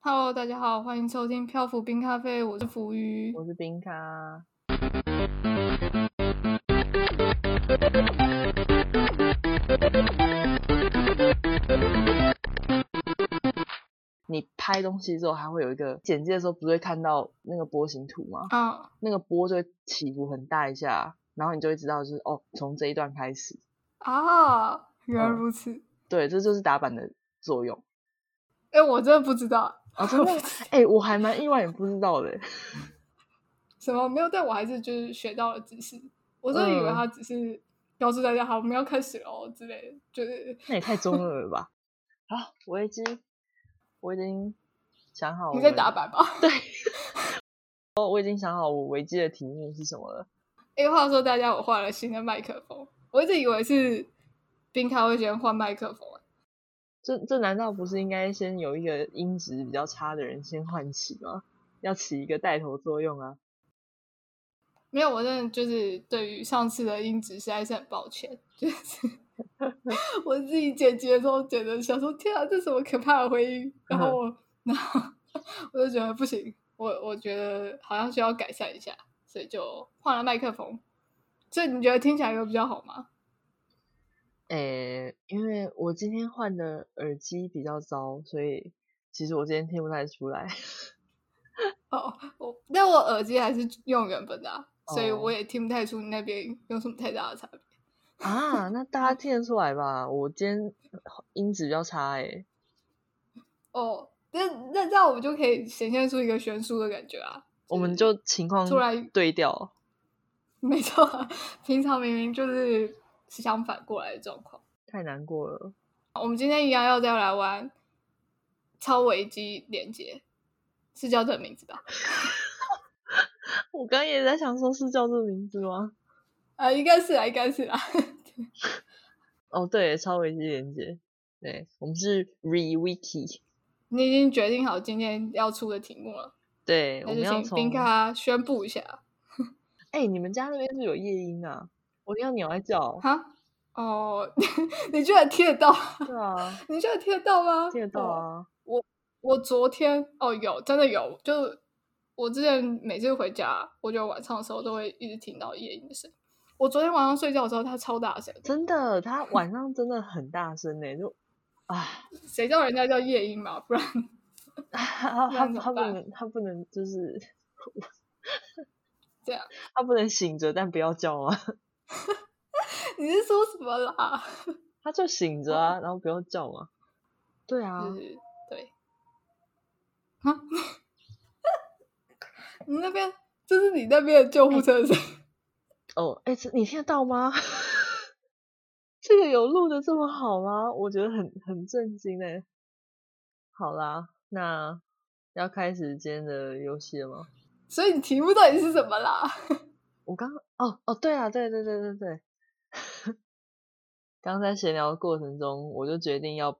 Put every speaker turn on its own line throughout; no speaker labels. Hello，大家好，欢迎收听漂浮冰咖啡，我是浮鱼。
我是冰咖。你拍东西之后，还会有一个简介的时候，不是会看到那个波形图吗？
啊，
那个波就会起伏很大一下，然后你就会知道，就是哦，从这一段开始。
啊，原来
嗯
如此。
对，这就是打板的作用。
哎、我真的不知道
啊、真的吗，哎、我还蛮意外，你不知道的。
什么没有，但我还是就是学到了知识。我真的以为
嗯
他只是告诉大家好，我们要开始喽之类的，就是
那也太中二了吧！ 好，我已经我已经想好
你
我
在
们
打，板吧。
哦我已经想好我维基的题目是什么了。
哎、话说大家，我换了新的麦克风，我一直以为是冰咖会先换麦克风、
这这难道不是应该先由一个音质比较差的人先唤起吗？要起一个带头作用啊！
没有，我真的就是对于上次的音质实在是很抱歉，就是 我自己剪辑的时候觉得想说天啊，这什么可怕的回音，然后我，然后 我就觉得不行，我我觉得好像需要改善一下，所以就换了麦克风。所以你觉得听起来有比较好吗？
诶，因为我今天换的耳机比较糟，所以其实我今天听不太出 来。
哦，我但我耳机还是用原本的啊、所以
哦
我也听不太出你那边有什么太大的差别。
啊，那大家听得出来吧？我今天音质比较差诶、
哦，那那这样我们就可以显现出一个悬殊的感觉啊。
我们
是
就情况
突然
对调。
没错啊，平常明明就是相反过来的状况。
太难过了。
我们今天一样要再来玩超维基连接，是叫这个名字吧？
我刚刚也在想，说是叫这个名字吗？
啊、应该是啦，应该是啊啦。
哦，对，超维基连接，对我们是 ReWiki，
你已经决定好今天要出的题目了，
对，我
那
们要
就请
从
冰咖宣布一下。
哎、你们家那边是不是有夜莺啊？我听到鸟在叫，
哈，哦， 你居然听得到？
对啊，
你居然听得到吗？
听得到
哦
啊，
我昨天哦有真的有，就我之前每次回家，我觉得晚上的时候都会一直听到夜莺的声音。我昨天晚上睡觉的时候，它超大声，
真的，它晚上真的很大声 呢、就哎，
谁叫人家叫夜莺嘛？不然
它
不然
它
怎么
它不
办
能它不能就是
这样，
它不能醒着，但不要叫啊，
你是说什么啦？
它就醒着啊，然后不要叫嘛。对啊，
哦就是对，啊， 你那边这是你那边的救护车的声音，
哦，哎、这你听得到吗？ 这个有录的这么好吗？我觉得很很震惊哎、好啦，那要开始今天的游戏了吗？
所以你题目到底是什么啦？
我刚哦哦，对啊，对对对对对， 刚在闲聊的过程中，我就决定要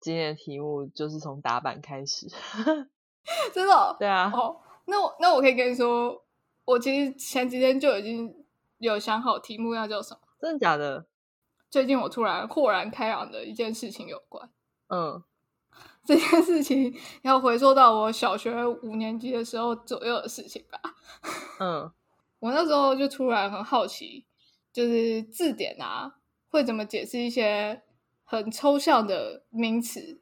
今天的题目就是从打板开始。
真的哦、
对啊，
哦，那我那我可以跟你说，我其实前几天就已经有想好题目要叫什么。
真的假的？
最近我突然豁然开朗的一件事情有关。
嗯，
这件事情要回溯到我小学五年级的时候左右的事情吧。
嗯，
我那时候就突然很好奇，就是字典啊会怎么解释一些很抽象的名词。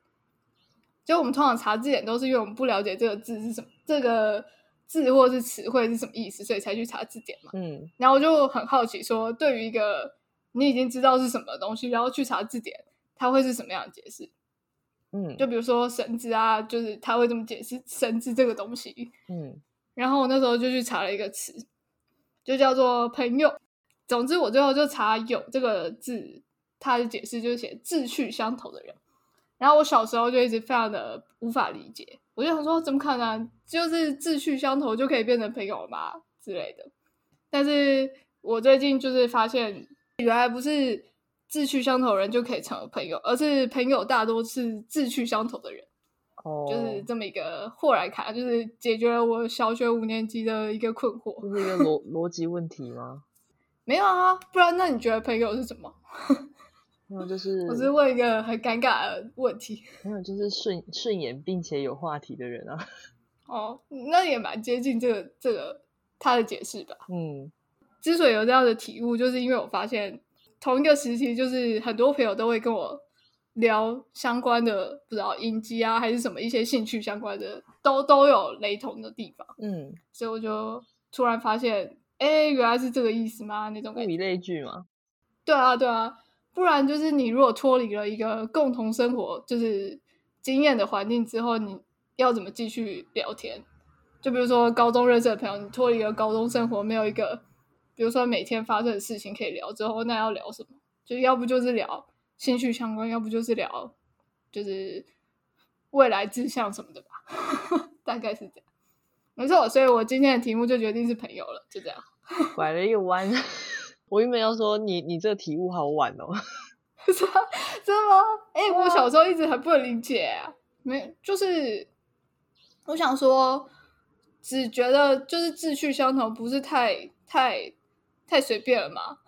就我们通常查字典都是因为我们不了解这个字是什么，这个字或是词汇是什么意思，所以才去查字典嘛。
嗯，
然后我就很好奇说，对于一个你已经知道是什么东西，然后去查字典，它会是什么样的解释？
嗯，
就比如说绳子啊，就是它会怎么解释绳子这个东西？
嗯，
然后我那时候就去查了一个词，就叫做朋友。总之，我最后就查“友”这个字，它的解释就是写志趣相投的人。然后我小时候就一直非常的无法理解，我就想说，怎么可能就是志趣相投就可以变成朋友嘛之类的？但是我最近就是发现，原来不是志趣相投的人就可以成为朋友，而是朋友大多是志趣相投的人。
哦，
就是这么一个豁然卡，就是解决了我小学五年级的一个困惑。
这是一个逻逻辑问题吗？
没有啊，不然那你觉得朋友是什么？
没有就是
我是问一个很尴尬的问题。
没有就是顺顺眼并且有话题的人啊。
哦，那也蛮接近这个这个他的解释吧。
嗯
之所以有这样的体悟，就是因为我发现同一个时期，就是很多朋友都会跟我聊相关的，不知道音机啊，还是什么一些兴趣相关的，都都有雷同的地方，
嗯，
所以我就突然发现，哎，原来是这个意思吗？那种
物
感觉。
以类聚嘛。
对啊，对啊，不然就是你如果脱离了一个共同生活就是经验的环境之后，你要怎么继续聊天？就比如说高中认识的朋友，你脱离了高中生活，没有一个，比如说每天发生的事情可以聊之后，那要聊什么？就要不就是聊兴趣相关，要不就是聊就是未来志向什么的吧， 大概是这样。没错，所以我今天的题目就决定是朋友了，就这样。
拐了一个弯。 我原本要说你你这个体悟好晚哦，
真的吗？哎、我小时候一直很不能理解、啊，没就是我想说，只觉得就是志趣相同，不是太太太随便了嘛，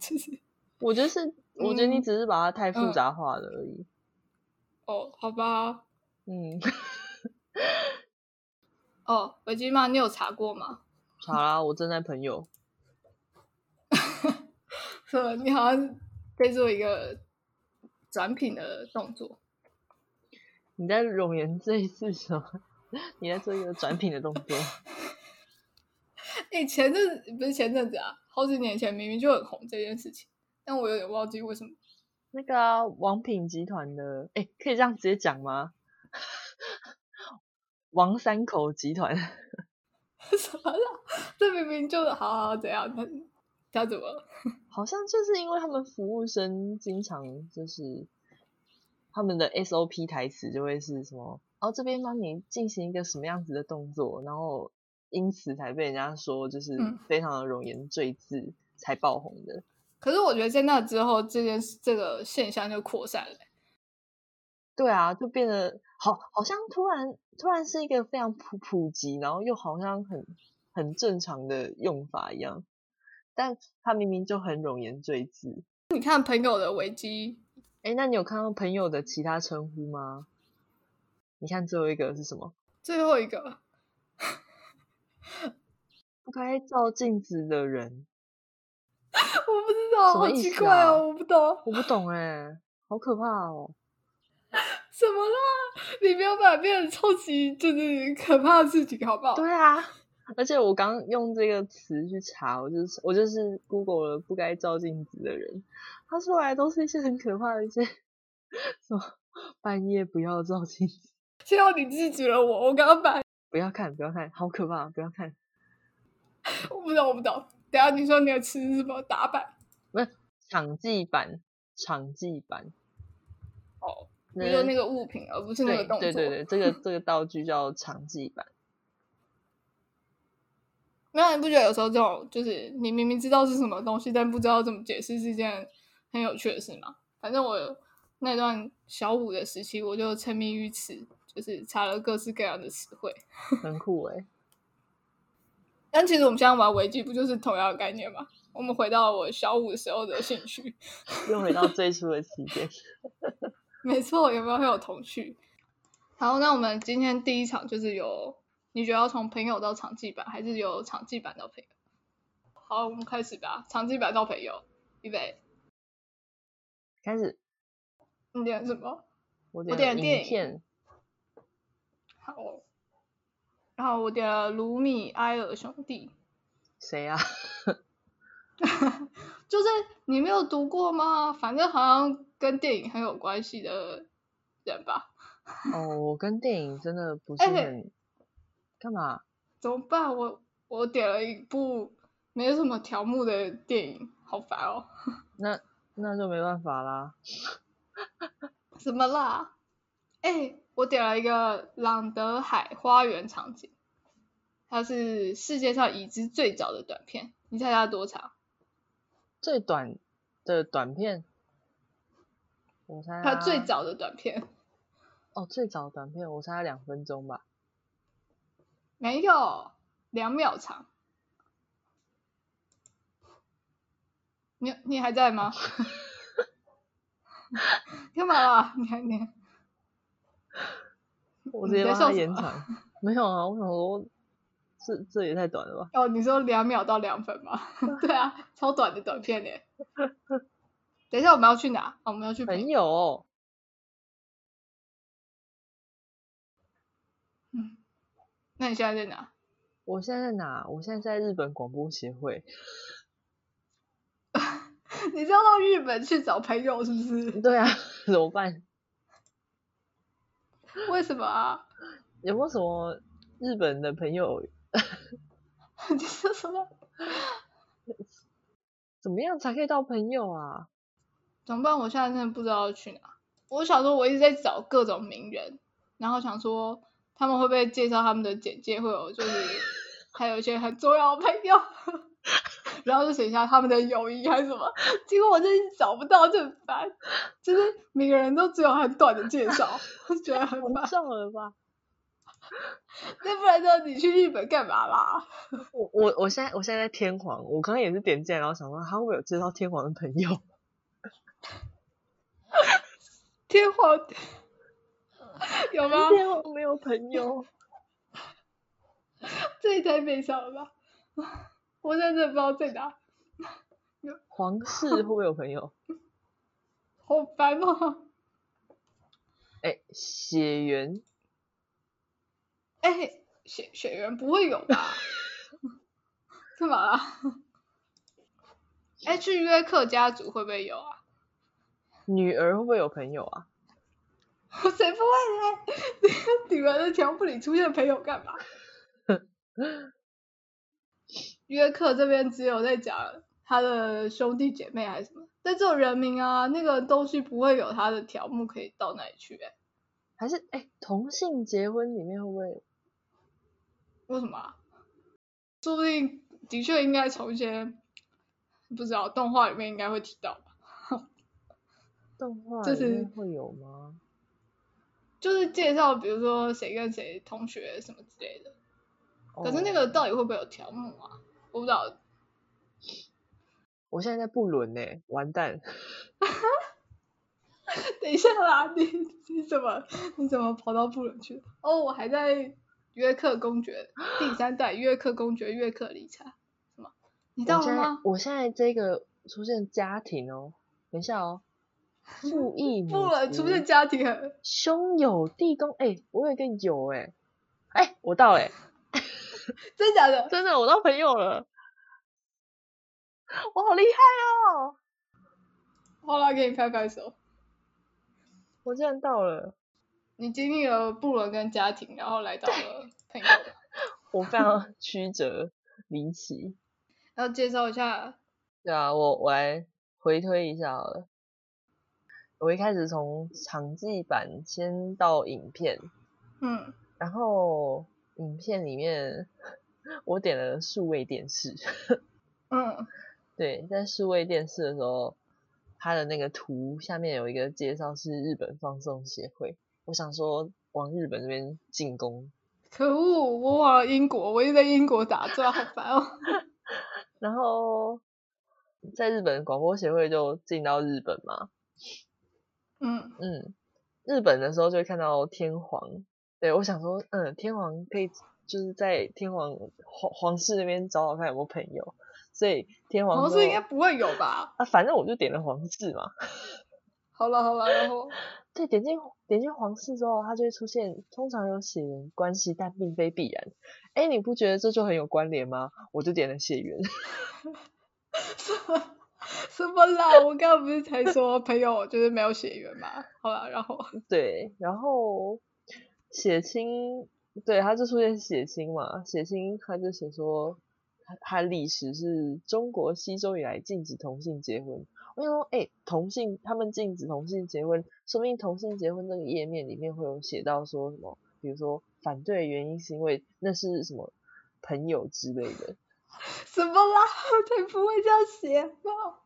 就是
我觉得是，我觉得你
嗯
只是把它太复
嗯
杂化了而已。
哦，好吧，
嗯，
哦，维基妈，你有查过吗？
好啦，我正在朋友，
是，你好像在做一个转品的动作。
你在容颜这一次什么？ 你在做一个转品的动作。
哎、前阵子不是前阵子啊，好几年前明明就很红这件事情，但我有点忘记为什么。
那个啊、王品集团的，哎、可以这样直接讲吗？ 王三口集团，
什么啦？这明明就是好好好怎样？他他怎么了？
好像就是因为他们服务生经常就是他们的 SOP 台词就会是什么，哦这边帮你进行一个什么样子的动作，然后因此才被人家说就是
嗯
非常的容颜赘字、才爆红的。
可是我觉得在那之后，这件事这个现象就扩散了。
对啊，就变得好，好像突然突然是一个非常普普及，然后又好像很很正常的用法一样，但他明明就很容颜赘字。
你看朋友的危机，
哎，那你有看到朋友的其他称呼吗？你看最后一个是什么？
最后一个
不该照镜子的人，
我不知道，
什么
好
意
奇
思
怪
啊
哦，我不懂
我不 懂哎、好可怕哦！
什么啦？你不要把它变成超级就是可怕的事情，好不好？
对啊，而且我刚用这个词去查，我就是我就是 Google 了不该照镜子的人，他出来都是一些很可怕的一些 什么半夜不要照镜子，
幸好你制止了我，我刚刚把
不要看不要看，好可怕，不要看。
我不懂，我不懂。等一下你说你的词是什么打板？
场记版，场记版，
哦，你说那个物品，而不是那个动作。
嗯对对对对，这个这个道具叫场记版。
没有，你不觉得有时候这种就是你明明知道是什么东西，但不知道怎么解释是一件很有趣的事吗？反正我那段小五的时期，我就沉迷于此，就是查了各式各样的词汇。
很酷诶、
但其实我们现在玩维基，不就是同样的概念吗？我们回到我小五时候的兴趣，
又回到最初的起点。
没错，有没有很有童趣？好，那我们今天第一场就是由你觉得要从朋友到场记版，还是由场记版到朋友？好，我们开始吧，场记版到朋友，预备，
开始，
你点什么？
我
我
点
点
了
电
影
影
片，
好，哦然后我点了卢米埃尔兄弟，
谁啊？
就是你没有读过吗？反正好像跟电影很有关系的人吧？
哦，我跟电影真的不是
哎
很、干嘛？
怎么办？我我点了一部没什么条目的电影，好烦哦！
那那就没办法啦。
什么啦？哎，我点了一个朗德海花园场景，它是世界上已知最早的短片，你猜它多长？
最短的短片，我猜
它最早的短片。
哦，最早的短片我猜两分钟吧，
没有，两秒长。 你你还在吗？干嘛啦？你看你，
我
你
直接
在
把
笑
它
什
延
么
长。没有啊，我想说这这也太短了吧？
哦，你说两秒到两分吗？对啊，超短的短 片耶。等一下我们要去哪？哦我们要去朋
朋友，哦
那你现在在哪？
我现在在哪？我现在在日本广播协会。
你是要到日本去找朋友是不是？
对啊， 怎么办？
为什么啊？
有没有什么日本的朋友？
你说什么？
怎么样才可以到朋友啊？
怎么办？我现在真的不知道要去哪。我小时候我一直在找各种名人，然后想说他们会不会介绍他们的简介，会有就是还有一些很重要的朋友， 然后就写下他们的友谊还是什么。结果我真是找不到，就很烦。就是每个人都只有很短的介绍，我就觉得很
不
烦。
上了吧？
那不然呢？你去日本干嘛啦？
我我我现在我现在在天皇，我刚刚也是点进来，然后想说他会不会有介绍天皇的朋友？
天皇有吗？
天皇没有朋友，
这也太悲伤了吧！ 我现在真的不知道在哪。
皇室会不会有朋友？
好烦哦！
哎、血缘
哎、雪雪人不会有吧？ 干嘛啦？哎、去约客家族会不会有啊？
女儿会不会有朋友啊？
谁不会啊 嘞？你们在条目里出现朋友干嘛？ 约克这边只有在讲他的兄弟姐妹还是什么，但只有人名啊，那个东西不会有他的条目可以到那里去、哎，
还是哎、同性结婚里面会不会？
为什么、啊？说不定的确应该从一些不知道动画里面应该会提到吧。
动画
就
里面
是
会有吗？
就是介绍，比如说谁跟谁同学什么之类的。可是那个
哦
到底会不会有条目啊？我不知道。
我现在在不伦呢、完蛋！
等一下啦，你你怎么你怎么跑到布伦去了？哦，我还在约克公爵第三代约克公爵约克理查，什么？你到
我
了
现在
吗？
我现在这个出现家庭哦，等一下 哦，父异母
布伦出
族
现家庭很
兄友弟恭，哎、我有一个友哎、哎、我到哎、
真假的？
真的我到朋友了，我好厉害哦，
好啦，给你拍拍手。
我竟然到了，
你经历了布伦跟家庭，然后来到了朋友。
我 非常曲折离奇。
要介绍一下，
对啊，我我来回推一下好了。我一开始从场记版先到影片，
嗯，
然后影片里面 我点了数位电视，
嗯，
对，在数位电视的时候，它的那个图下面有一个介绍是日本放送协会，我想说往日本这边进攻，
可恶，我忘了英国，我一直在英国打转，好烦哦。
然后在日本广播协会就进到日本嘛，
嗯，
嗯，日本的时候就会看到天皇，对我想说，嗯，天皇可以就是在天皇皇皇室那边找找看有没有朋友，所以天皇
皇
说
室应该不会有吧？
啊，反正我就点了皇室嘛。
好了好了，然后
对，点进点进皇室之后，它就会出现通常有血缘关系，但并非必然。哎，你不觉得这就很有关联吗？我就点了血缘，
什么什么啦？我刚刚不是才说朋友就是没有血缘嘛？好了，然后
对，然后血亲，对，它就出现血亲嘛，血亲它就写说它它历史是中国西周以来禁止同性结婚。我想说，哎，同性他们禁止同性结婚，说明同性结婚这个页面里面会有写到说什么，比如说反对的原因是因为那是什么朋友之类的。
什么啦？才不会这样写吧？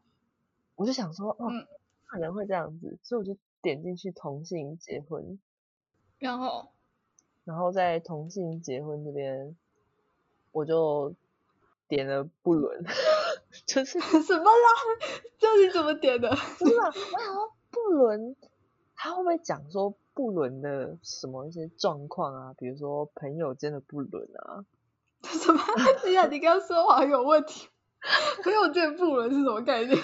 我就想说，哦，
嗯
可能会这样子，所以我就点进去同性结婚，
然后
然后在同性结婚这边，我就点了不伦，就是
什么啦？这你怎么点的？
真的，然后不伦，他会不会讲说不伦的什么一些状况啊？比如说朋友间的不伦啊？
什么？啊你想你刚说好像有问题，朋友间不伦是什么概念？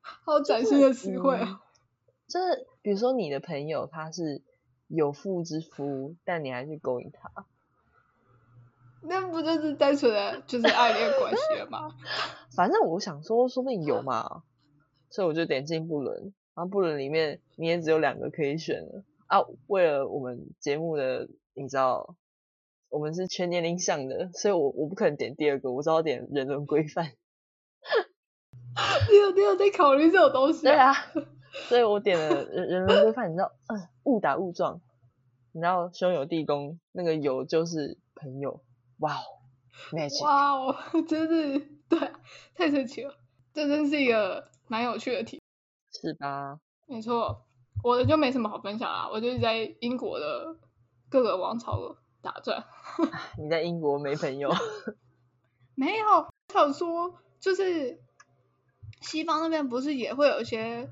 好崭新的词汇啊！
嗯就是比如说你的朋友他是有妇之夫，但你还去勾引他，
那不就是单纯的就是爱恋关系了吗？
反正我想说，说不定有嘛，所以我就点进不伦，然后不伦里面你也只有两个可以选了啊。为了我们节目的，你知道，我们是全年龄向的，所以我我不可能点第二个，我只好点人伦规 范。
你有你有在考虑这种东西、
对啊， 所以我点了人人伦规范，你知道，嗯，误打误撞，你知道兄友弟恭，那个友就是朋友，哇哦，magic，
哇哦， 真是对，太神奇了，这真是一个蛮有趣的题。
是吧？
没错，我的就没什么好分享啊啦，我就是在英国的各个王朝打转。
你在英国没 朋友，
没有，他有说就是西方那边不是也会有一些，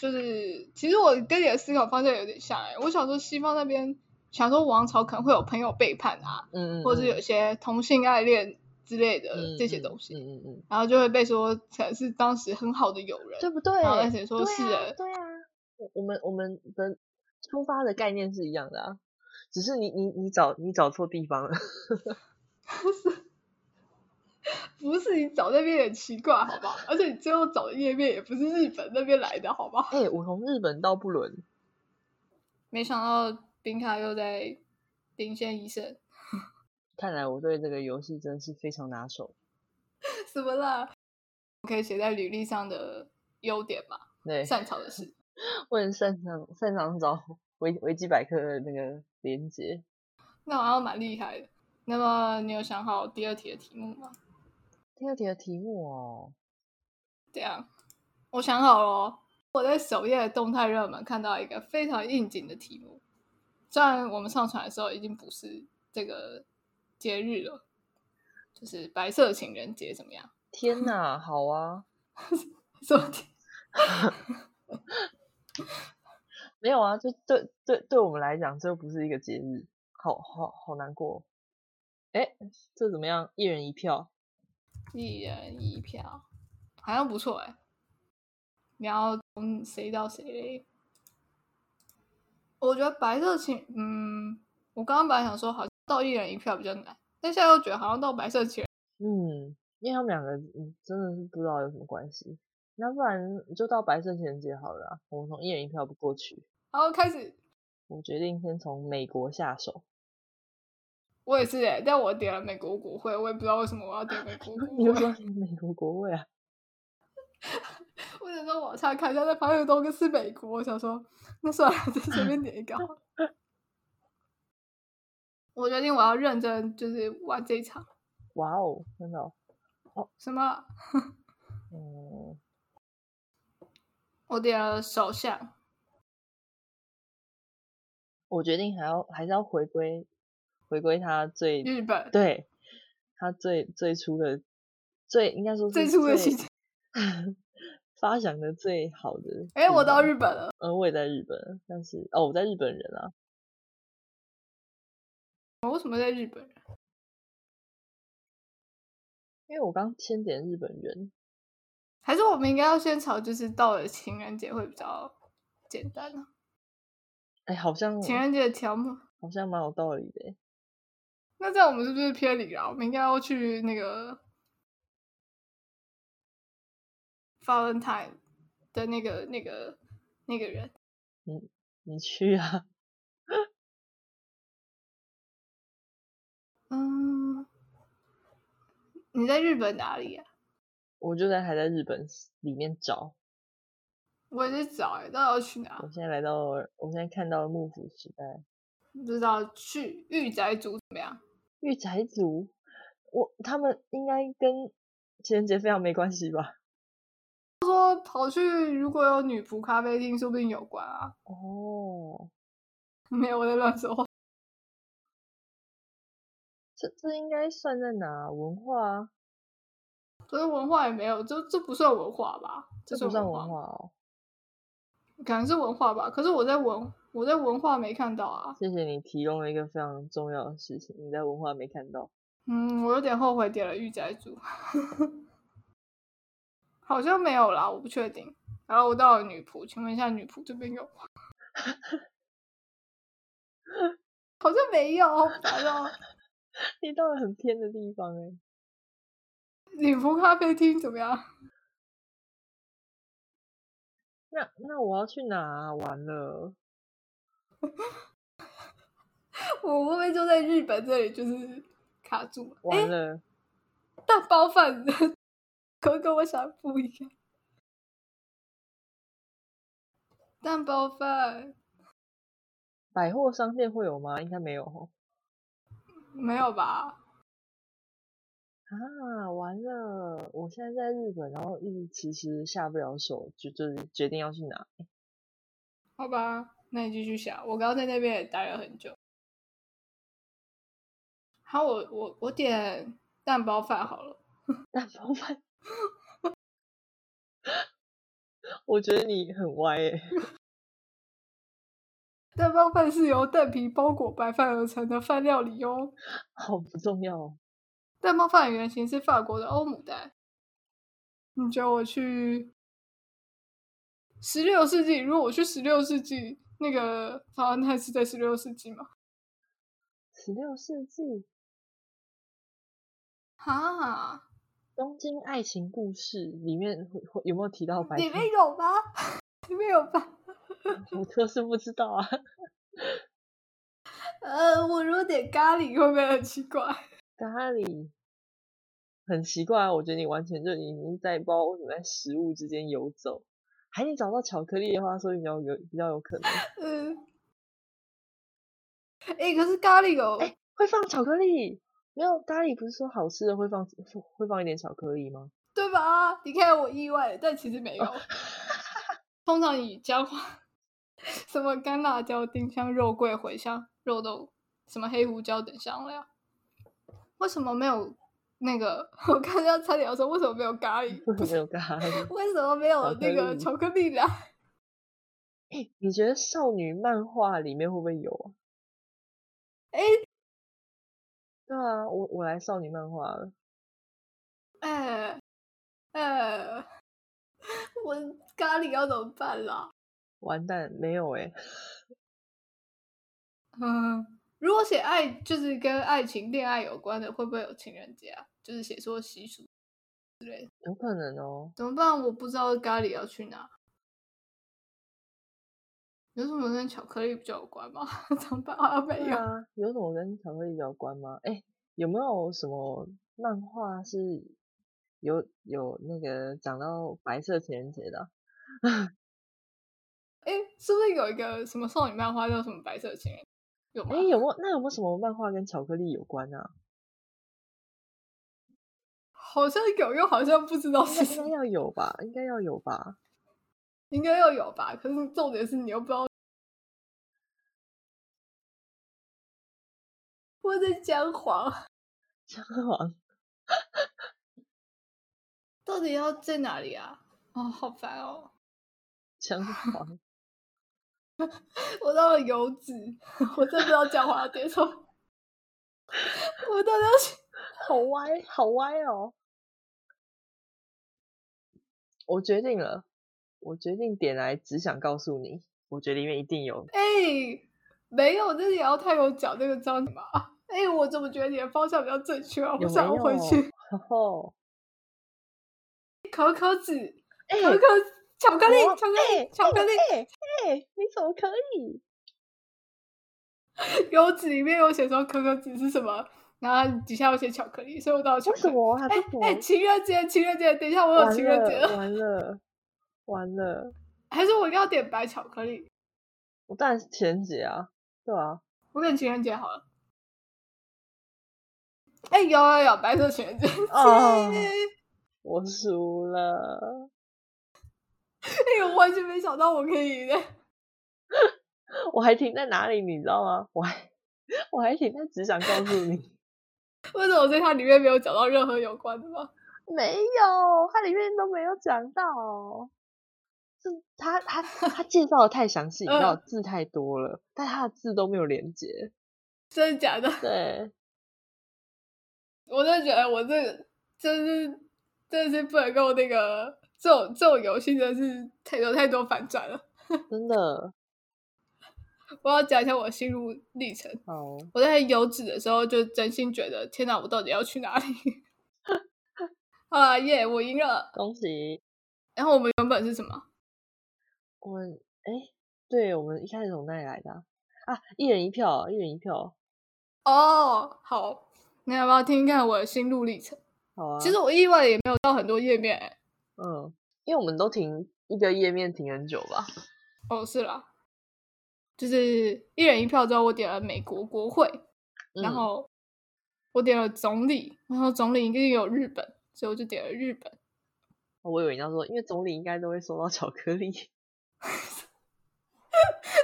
就是其实我跟你的思考方向有点像哎、我想说西方那边想说王朝可能会有朋友背叛啊，
嗯嗯，
或者是有一些同性爱恋之类
嗯
的这些东西，
嗯嗯嗯嗯，
然后就会被说才是当时很好的友人，
对不对？
然后那谁说
对
是
啊
的
对啊，我我们我们的出发的概念是一样的啊，只是你你你找你找错地方了，
不是你找那边也奇怪，好不好？而且你最后找的页面也不是日本那边来的，好不好？
哎、我从日本到不伦，
没想到冰卡又在领先一胜，
看来我对这个游戏真是非常拿手。
什么啦？可以写在履历上的优点嘛，
对，
擅长的事。
我很擅长擅长找 维维基百科的那个连接。
那好像蛮厉害的。那么你有想好第二题的题目吗？
第二题的题目哦，
这样，我想好了哦、我在首页的动态热门看到一个非常应景的题目，虽然我们上传的时候已经不是这个节日了，就是白色情人节怎么样？
天哪，好啊，
什么题？
没有啊，就对对对我们来讲，这又不是一个节日，好好好难过。哎，这怎么样？一人一票，
一人一票，好像不错哎、你要从谁到谁嘞？我觉得白色情，嗯，我刚刚本来想说好像到一人一票比较难，但现在又觉得好像到白色情人，
嗯，因为他们两个，嗯，真的是不知道有什么关系。那不然就到白色情人节好了啊、我们从一人一票不过去。
然后开始
我决定先从美国下手。
我也是哎、但我点了美国国会，我也不知道为什么我要点美国国
你又
会。
说美国国味啊？
我想说往下看一下，再发现都跟是美国，我想说那算了，就随便点一个好了。我决定我要认真，就是玩这一场。
哇哦，真的哦、
什么？
嗯，
我点了首相，
我决定还要还是要回归回归他最
日本
对他最最初的最应该说是
最初的形象。
发想的最好的。
哎、我到，日本了，
嗯，我也在日本，但是哦，我在日本人啊，
我为什么在日本？
因为我刚先点日本人，
还是我们应该要先朝就是到了情人节会比较简单呢、
哎，好像
情人节的条目，
好像蛮有道理的欸耶。
那这样我们是不是偏离了？我们应该要去那个 Valentine 的那个那个那个人，
你去啊，
嗯，你在日本哪里呀、啊
我就在还在日本里面找。
我也在找哎、到底要去哪？
我现在来到了，我现在看到了幕府时代，
不知道去御宅族怎么样？
御宅族，我他们应该跟情人节非常没关系吧？
说跑去如果有女仆咖啡厅，说不定有关啊。
哦，
没有，我在乱说话。
这这应该算在哪啊文化啊？
可是文化也没有，这这不算文化吧？
这
是
不算
化吗。
文化哦。
可能是文化吧。可是我在文我在文化没看到啊，
谢谢你提供了一个非常重要的事情，你在文化没看到。
嗯，我有点后悔点了御宅族， 好像没有啦，我不确定。然后我到了女仆，请问一下女仆这边有吗？ 好像没有，好烦哦。
你到了很偏的地方哎、
女仆咖啡厅怎么样？
那那我要去哪、啊、玩了？
我会不会就在日本这里就是卡住了？
完了，
蛋包饭 可跟我想的不一样。蛋包饭
百货商店会有吗？应该没有哦。
没有吧？
啊，完了！我现在在日本，然后一直迟迟下不了手，就就是决定要去哪。
好吧，那你继续想。我刚刚在那边也待了很久。好，我我我点蛋包饭好了。
蛋包饭。 我觉得你很歪诶、
蛋包饭是由蛋皮包裹白饭而成的饭料理哦哟。
好不重要哦。
蛋包饭的原型是法国的欧姆蛋。你觉得我去十六世纪？如果我去十六世纪，那个法兰泰是在十六世纪吗？
十六世纪
哈，
东京爱情故事里面会会有没有提到白
里
天
面有吗？ 里面有吧？
我特是不知道啊。
呃，我如果点咖喱会不会很奇怪？
咖喱很奇怪啊，我觉得你完全就已经在不知道为什么在食物之间游走。还你找到巧克力的话，说明比较有比较有可能
嗯，哎、可是咖喱有、
会放巧克力。没有咖喱不是说好吃的会放会放一点巧克力吗？
对吧？你看我意外了，但其实没有。 通常以姜花、什么干辣椒、丁香、肉桂、茴香、肉豆、什么黑胡椒等香料。为什么没有那个？ 我刚刚差点要说为什么没有咖喱？
为什么没有咖喱？
为什么没有那个
巧
巧克力啦？
你觉得少女漫画里面会不会有啊？
哎
对啊，我我来少女漫画了。
哎哎， 我咖喱要怎么办啦？
完蛋，没有哎、
嗯，如果写爱就是跟爱情、恋爱有关的，会不会有情人节啊？就是写说习俗
有可能哦。
怎么办？我不知道咖喱要去哪。有什么跟巧克力比较有关吗？ 怎么办？好像没
对
有。
啊，有什么跟巧克力有关吗？哎、有没有什么漫画是有有那个讲到白色情人节的啊？
哎、是不是有一个什么少女漫画叫什么《白色情人》？有吗？
哎、有没有那有没有什么漫画跟巧克力有关啊？
好像有，又好像不知道
应
是
该应
什
该
么，
要有吧，应该要有吧。
应该要有吧？可是重点是你又不知道我在讲谎，
姜黄
到底要在哪里啊？哦，好烦哦！
姜黄，
我到了油脂，我真不知道讲话要点什么。我到底要去
好歪，好歪哦！我决定了，我决定点来，只想告诉你，我觉得里面一定有。
哎、没有，那也要太有讲那个章节嘛。哎、我怎么觉得你的方向比较正确啊？我
有
想要
没
回
有
去。
哦，
可可脂，
哎、
可可、巧克力，
我
巧克力，
哎
巧克力，
哎、哎你怎么可 以？
油脂里面有写说可可脂是什么，然后底下有写巧克力，所以我到了巧
为什
克力。
么啊？
哎
为什么？
哎、情人节，情人节，等一下我有
完
情人节了，
了，完了，完了！
还是我一定要点白巧克力？
我当然是情人节啊，对啊，
我点情人节好了。哎、有有有，白色情人节。 哎
哦
耶
我输了，
哎、我完全没想到我可以 的。
我还停在哪里，你知道吗？我还我还停在只想告诉 你，
为什么在它里面没有讲到任何有关的吗？
没有，它里面都没有讲到，这他他他介绍的太详细，你知道
嗯
字太多了，但他的字都没有连接。
真的假的？
对，
我真的觉得我这个真是真的是不能够那个这种这种游戏真的是太有太多反转了。
真的
我要讲一下我的心路历程。
好，
我在油脂的时候，就真心觉得天哪，我到底要去哪里？ 好了，耶，我赢了。
恭喜
然后我们原本是什么？
我们哎，对我们一开始从哪里来的啊？啊一人一票，一人一票，
哦，好，那要不要听听看我的心路历程？
好啊。
其实我意外也没有到很多页面、欸。
嗯，因为我们都停一个页面停很久吧。
哦，是啦，就是一人一票之后，我点了美国国会，然
嗯
后我点了总理，然后总理一定有日本，所以我就点了日本。
我以为你要说，因为总理应该都会收到巧克力。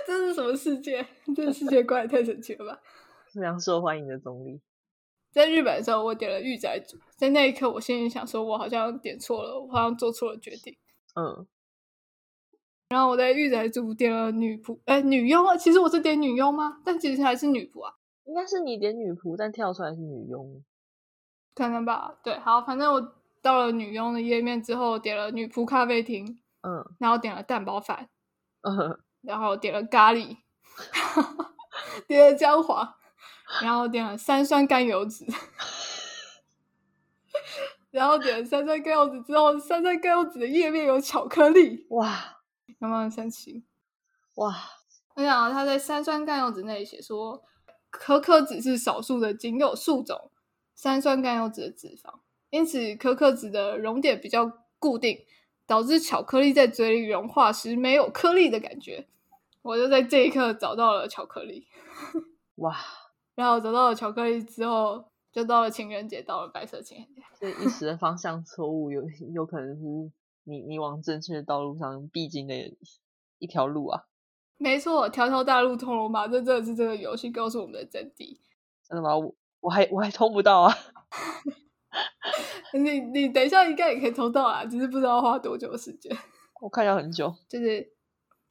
这是什么世界？ 这个世界观也太神奇了吧！
非常受欢迎的总理。
在日本的时候，我点了御宅族，在那一刻，我心里想说，我好像点错了，我好像做错了决定。
嗯，
然后我在御宅族点了女仆，哎，女佣啊，其实我是点女佣吗？但其实还是女仆啊，
应该是你点女仆，但跳出来是女佣。
可能吧。对，好，反正我到了女佣的页面之后，点了女仆咖啡厅，
嗯
然后点了蛋包饭，
嗯
然后点了咖喱， 点了姜黄，然后点了三酸甘油脂， 然后点了三酸甘油脂之后，三酸甘油脂的页面有巧克力，
哇
有没有很神奇？
哇，
我想啊他在三酸甘油脂那里写说，可可脂是少数的仅有数种三酸甘油脂的脂肪，因此可可脂的熔点比较固定，导致巧克力在嘴里融化时没有颗粒的感觉。我就在这一刻找到了巧克力，
哇，
然后找到了巧克力之后，就到了情人节，到了白色情人节。
这一时的方向错误，有 有可能是你你往正确的道路上必经的一条路啊。
没错，条条大路通罗马，这真的是这个游戏告诉我们的真谛。
真的吗？我我还我还通不到啊。
你你等一下应该也可以抽到啦，只是不知道花多久的时间。
我看要很久。
就是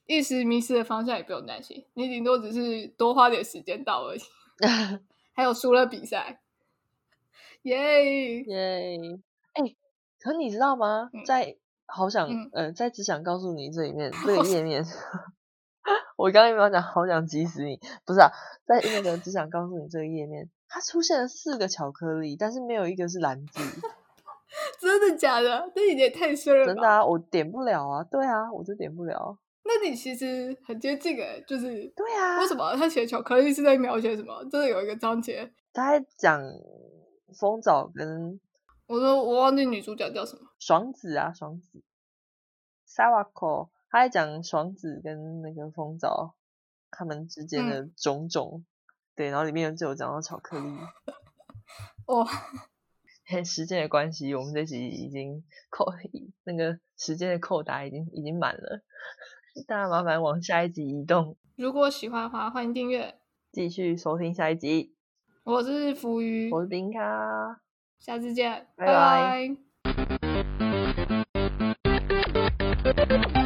一时迷失的方向也不用担心，你顶多只是多花点时间 到而已。还有输了比赛，耶、
耶！哎、可你知道吗？
嗯
在好想，
嗯
呃，在只想告诉你这里面这
好
个
想
页面，我刚刚有没有讲好想急死你？不是啊，在那个只想告诉你这个页面，它出现了四个巧克力，但是没有一个是 蓝字，
真的假的？那你也太衰了吧！
真的啊，我点不了啊，对啊，我就点不了，
那你其实很接近诶、就是
对啊
为，什么他写巧克力是在描写什么？真的有一个章节，
他在讲蜂枣跟
我说我忘记女主角叫什么。
爽子啊，爽子，萨瓦口，他在讲爽子跟那个风早他们之间的种种，对，然后里面就有讲到巧克力。
哦，
嘿时间的关系，我们这集已经扣那个时间的扣打已经已经满了， 大家麻烦往下一集移动，
如果喜欢的话，欢迎订阅。
继续收听下一集。
我是浮鱼，
我是冰咖。
下次见，
拜
拜
拜
拜